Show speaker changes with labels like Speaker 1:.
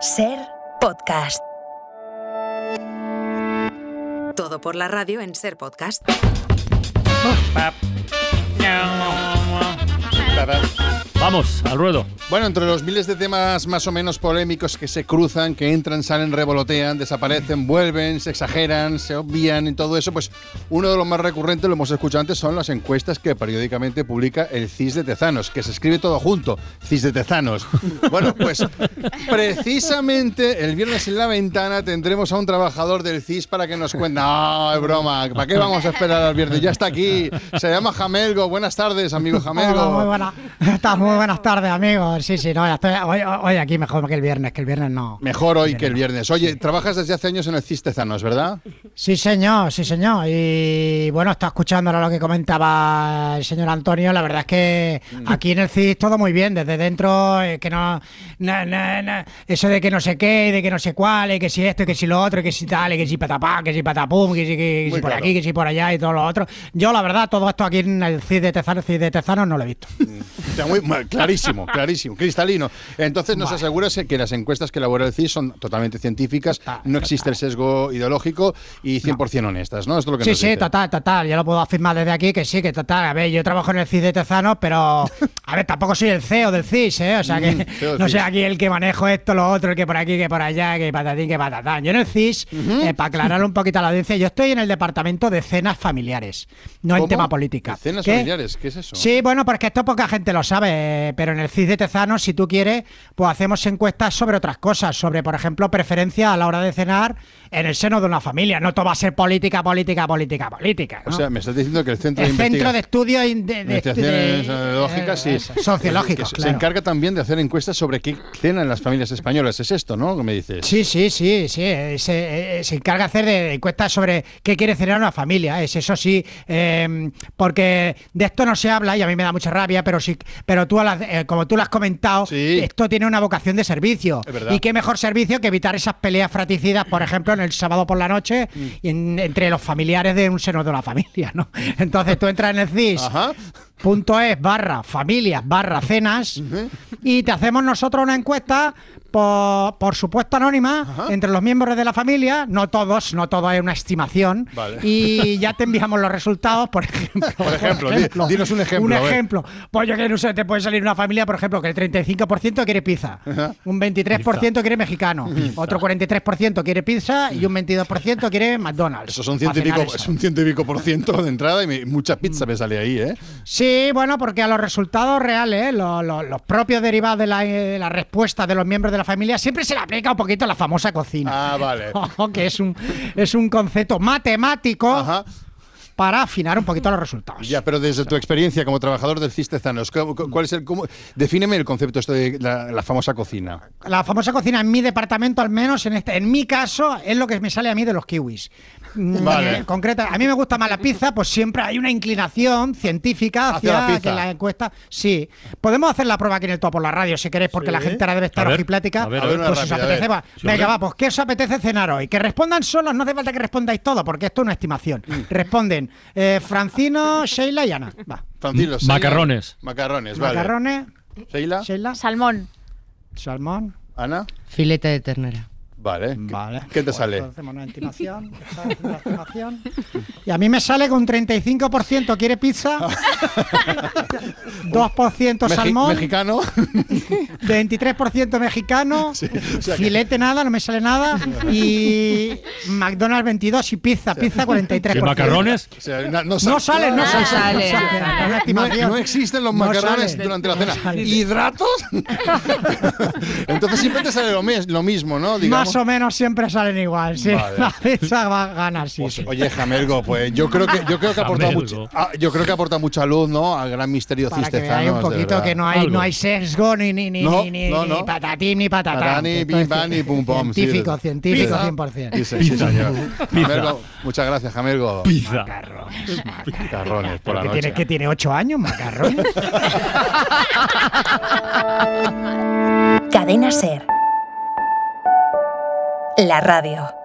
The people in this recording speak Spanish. Speaker 1: Ser podcast.
Speaker 2: Todo por la radio en Ser Podcast.
Speaker 3: Pap.
Speaker 4: Tarán.
Speaker 3: Vamos, al ruedo.
Speaker 4: Bueno, entre los miles de temas más o menos polémicos que se cruzan, que entran, salen, revolotean, desaparecen, vuelven, se exageran, se obvian y todo eso, pues uno de los más recurrentes, lo hemos escuchado antes, son las encuestas que periódicamente publica el CIS de Tezanos, que se escribe todo junto, CIS de Tezanos. Bueno, pues precisamente el viernes en la ventana tendremos a un trabajador del CIS para que nos cuente. No, es broma, ¿para qué vamos a esperar al viernes? Ya está aquí, se llama Jamelgo. Buenas tardes, amigo Jamelgo.
Speaker 5: Hola, muy buenas. Estás muy buenas tardes, amigos. Sí, sí, no, ya estoy hoy, hoy aquí mejor que el viernes, que el viernes no.
Speaker 4: Mejor hoy que el viernes. Oye, trabajas desde hace años en el CIS Tezanos, ¿verdad?
Speaker 5: Sí, señor, sí, señor. Y bueno, está escuchando ahora lo que comentaba el señor Antonio. La verdad es que
Speaker 4: Mm.
Speaker 5: aquí en el CIS todo muy bien, desde dentro, eh, que no, na- na- na- Eso de que no sé qué, y de que no sé cuál, y que si esto, y que si lo otro, y que si tal, y que si patapá, que si patapum, que si, que si
Speaker 4: Muy
Speaker 5: por
Speaker 4: claro.
Speaker 5: aquí, que si por allá, y todo lo otro. Yo, la verdad, todo esto aquí en el CIS de Tezanos, CIS de Tezanos no lo he visto.
Speaker 4: Está muy- ma- clarísimo, clarísimo, cristalino. Entonces nos aseguras que las encuestas que elabora el CIS son totalmente científicas,
Speaker 5: Total,
Speaker 4: no existe el sesgo ideológico y 100% honestas, ¿no? Esto es lo que
Speaker 5: Sí,
Speaker 4: nos
Speaker 5: sí,
Speaker 4: dice.
Speaker 5: total, total. Yo lo puedo afirmar desde aquí que sí, que total. A ver, yo trabajo en el CIS de Tezanos, pero. A ver, tampoco soy el CEO del CIS, ¿eh? O
Speaker 4: Mm,
Speaker 5: sea que
Speaker 4: CEO E del
Speaker 5: no soy
Speaker 4: CIS.
Speaker 5: aquí el que manejo esto, lo otro, el que por aquí, que por allá, que patatín, que patatán. Yo en el CIS, para aclarar eh, un poquito a la audiencia, yo estoy en el departamento de cenas familiares, no
Speaker 4: ¿Cómo?
Speaker 5: en tema política.
Speaker 4: Cenas
Speaker 5: ¿Qué?
Speaker 4: familiares, ¿qué es eso?
Speaker 5: Sí, bueno, porque esto poca gente lo sabe, eh, pero en el CIS de Tezanos, si tú quieres, pues hacemos encuestas sobre otras cosas, sobre, por ejemplo, preferencia a la hora de cenar en el seno de una familia. No todo va a ser política, política, política, política.
Speaker 4: O
Speaker 5: ¿no?
Speaker 4: sea, me estás diciendo que el centro de
Speaker 5: el Centro de
Speaker 4: investigación
Speaker 5: Estudios in- de, de-
Speaker 4: investigaciones
Speaker 5: de-
Speaker 4: eh, lógicas, sí.
Speaker 5: eh,
Speaker 4: que
Speaker 5: Sociológicos,
Speaker 4: se- Se
Speaker 5: claro.
Speaker 4: encarga también de hacer encuestas sobre qué cenan las familias españolas. Es esto, ¿no? Que me dices.
Speaker 5: Sí, sí, sí, sí. eh, Se, eh, se encarga de hacer de, de encuestas sobre qué quiere cenar una familia. Es eso sí, eh, porque de esto no se habla y a mí me da mucha rabia, pero sí, pero tú a las- eh, como tú lo has comentado,
Speaker 4: Sí.
Speaker 5: esto tiene una vocación de servicio.
Speaker 4: Es verdad.
Speaker 5: Y qué mejor servicio que evitar esas peleas fraticidas, por ejemplo, en el sábado por la noche
Speaker 4: Mm.
Speaker 5: y en- entre los familiares de un seno de una familia, ¿no? Entonces tú entras en el CIS.
Speaker 4: Ajá.
Speaker 5: Punto es barra familias barra cenas y te hacemos nosotros una encuesta por, por supuesto anónima entre los miembros de la familia, no todos, no todo es una estimación
Speaker 4: Vale.
Speaker 5: y ya te enviamos los resultados, por ejemplo.
Speaker 4: Por ejemplo, di- dinos un ejemplo, a ver.
Speaker 5: ejemplo. Pues yo que no sé, te puede salir una familia, por ejemplo, que el 35% quiere pizza, un 23% quiere mexicano, otro 43% quiere pizza y un 22% quiere McDonald's.
Speaker 4: Eso son
Speaker 5: para cenar
Speaker 4: científico,
Speaker 5: eso.
Speaker 4: es un ciento y pico por ciento de entrada y me- mucha pizza me sale ahí, ¿eh?
Speaker 5: Sí, bueno, porque a los resultados reales, ¿eh? lo- lo- los propios derivados de la, eh, la respuesta de los miembros de la familia, siempre se le aplica un poquito la famosa cocina.
Speaker 4: Ah, vale.
Speaker 5: Ojo, que es un, es un concepto matemático
Speaker 4: Ajá.
Speaker 5: para afinar un poquito los resultados.
Speaker 4: Ya, pero desde tu experiencia como trabajador del CIS Tezanos, ¿cu- cu- ¿cuál es el cómo- defíneme el concepto esto de la, la famosa cocina?
Speaker 5: La famosa cocina en mi departamento, al menos en este, en mi caso, es lo que me sale a mí de los kiwis. Mm,
Speaker 4: Vale.
Speaker 5: eh, Concreta, a mí me gusta más la pizza, pues siempre hay una inclinación científica
Speaker 4: Hacia la
Speaker 5: hacia,
Speaker 4: pizza.
Speaker 5: que la encuesta. Sí, podemos hacer la prueba aquí en el todo por la radio si queréis, porque la gente ahora debe estar
Speaker 3: A ver,
Speaker 5: ojiplática.
Speaker 3: a ver,
Speaker 4: a ver,
Speaker 5: Pues
Speaker 4: una
Speaker 5: os
Speaker 4: rápida, a
Speaker 5: apetece,
Speaker 4: ver.
Speaker 5: va.
Speaker 3: Sí,
Speaker 5: Venga,
Speaker 3: hombre.
Speaker 5: va, pues ¿qué os apetece cenar hoy? Que respondan solos, no hace falta que respondáis todo, porque esto es una estimación.
Speaker 4: Mm.
Speaker 5: Responden eh, Francino, Sheila y Ana. Va.
Speaker 4: Francino, Sheila.
Speaker 3: macarrones.
Speaker 4: Macarrones, vale.
Speaker 5: Macarrones,
Speaker 4: Sheila,
Speaker 5: Sheila,
Speaker 6: Salmón.
Speaker 5: salmón.
Speaker 4: Ana,
Speaker 7: Filete de ternera.
Speaker 4: vale. ¿Qué-
Speaker 5: Vale.
Speaker 4: ¿Qué te
Speaker 5: Pues
Speaker 4: sale?
Speaker 5: entonces hacemos una estimación, ¿sabes? Una estimación. Y a mí me sale que un 35% quiere pizza, 2%
Speaker 4: Meji-
Speaker 5: salmón,
Speaker 4: Mexicano.
Speaker 5: 23% mexicano,
Speaker 4: o sea que-
Speaker 5: filete nada, no me sale nada, y McDonald's 22 y pizza, pizza 43%.
Speaker 3: ¿Y macarrones?
Speaker 4: O sea, na- no,
Speaker 5: No sale, no
Speaker 7: Ah,
Speaker 5: sale.
Speaker 7: sale.
Speaker 5: es una
Speaker 4: No,
Speaker 5: estimación.
Speaker 4: no existen los
Speaker 5: No
Speaker 4: macarrones
Speaker 5: sale.
Speaker 4: durante la
Speaker 5: No
Speaker 4: cena.
Speaker 5: sale.
Speaker 4: ¿Hidratos? Entonces siempre te sale lo, mes- lo mismo, ¿no? Digamos.
Speaker 5: Más o menos siempre salen igual, sí.
Speaker 4: Vale.
Speaker 5: La pizza va a ganar, sí,
Speaker 4: Pues,
Speaker 5: sí.
Speaker 4: Oye, Jamelgo, pues yo creo que yo creo que aporta
Speaker 3: Jamelgo.
Speaker 4: mucho, ah, yo creo que aporta mucha luz, ¿no? Al gran misterio
Speaker 5: Para que
Speaker 4: cistezanos,
Speaker 5: veáis un
Speaker 4: de
Speaker 5: poquito
Speaker 4: verdad.
Speaker 5: que no hay,
Speaker 3: Algo.
Speaker 5: no hay sesgo, ni, ni, ni,
Speaker 4: No,
Speaker 5: ni, ni-
Speaker 4: no,
Speaker 5: ni
Speaker 4: no.
Speaker 5: patatín, ni patatán.
Speaker 4: Tarán y
Speaker 5: Esto
Speaker 4: bim,
Speaker 5: es
Speaker 4: bam y pum, pom. sí,
Speaker 5: Científico,
Speaker 4: desde-
Speaker 5: científico,
Speaker 4: Pizza.
Speaker 5: 100%.
Speaker 4: Sí, sí, sí, señor. Jamelgo, muchas gracias, Jamelgo.
Speaker 3: Pizza.
Speaker 5: Macarrones, macarrones.
Speaker 4: Carrones por la
Speaker 5: que
Speaker 4: noche.
Speaker 5: tiene, que tiene 8 años, macarrones.
Speaker 1: Cadena Ser. La radio.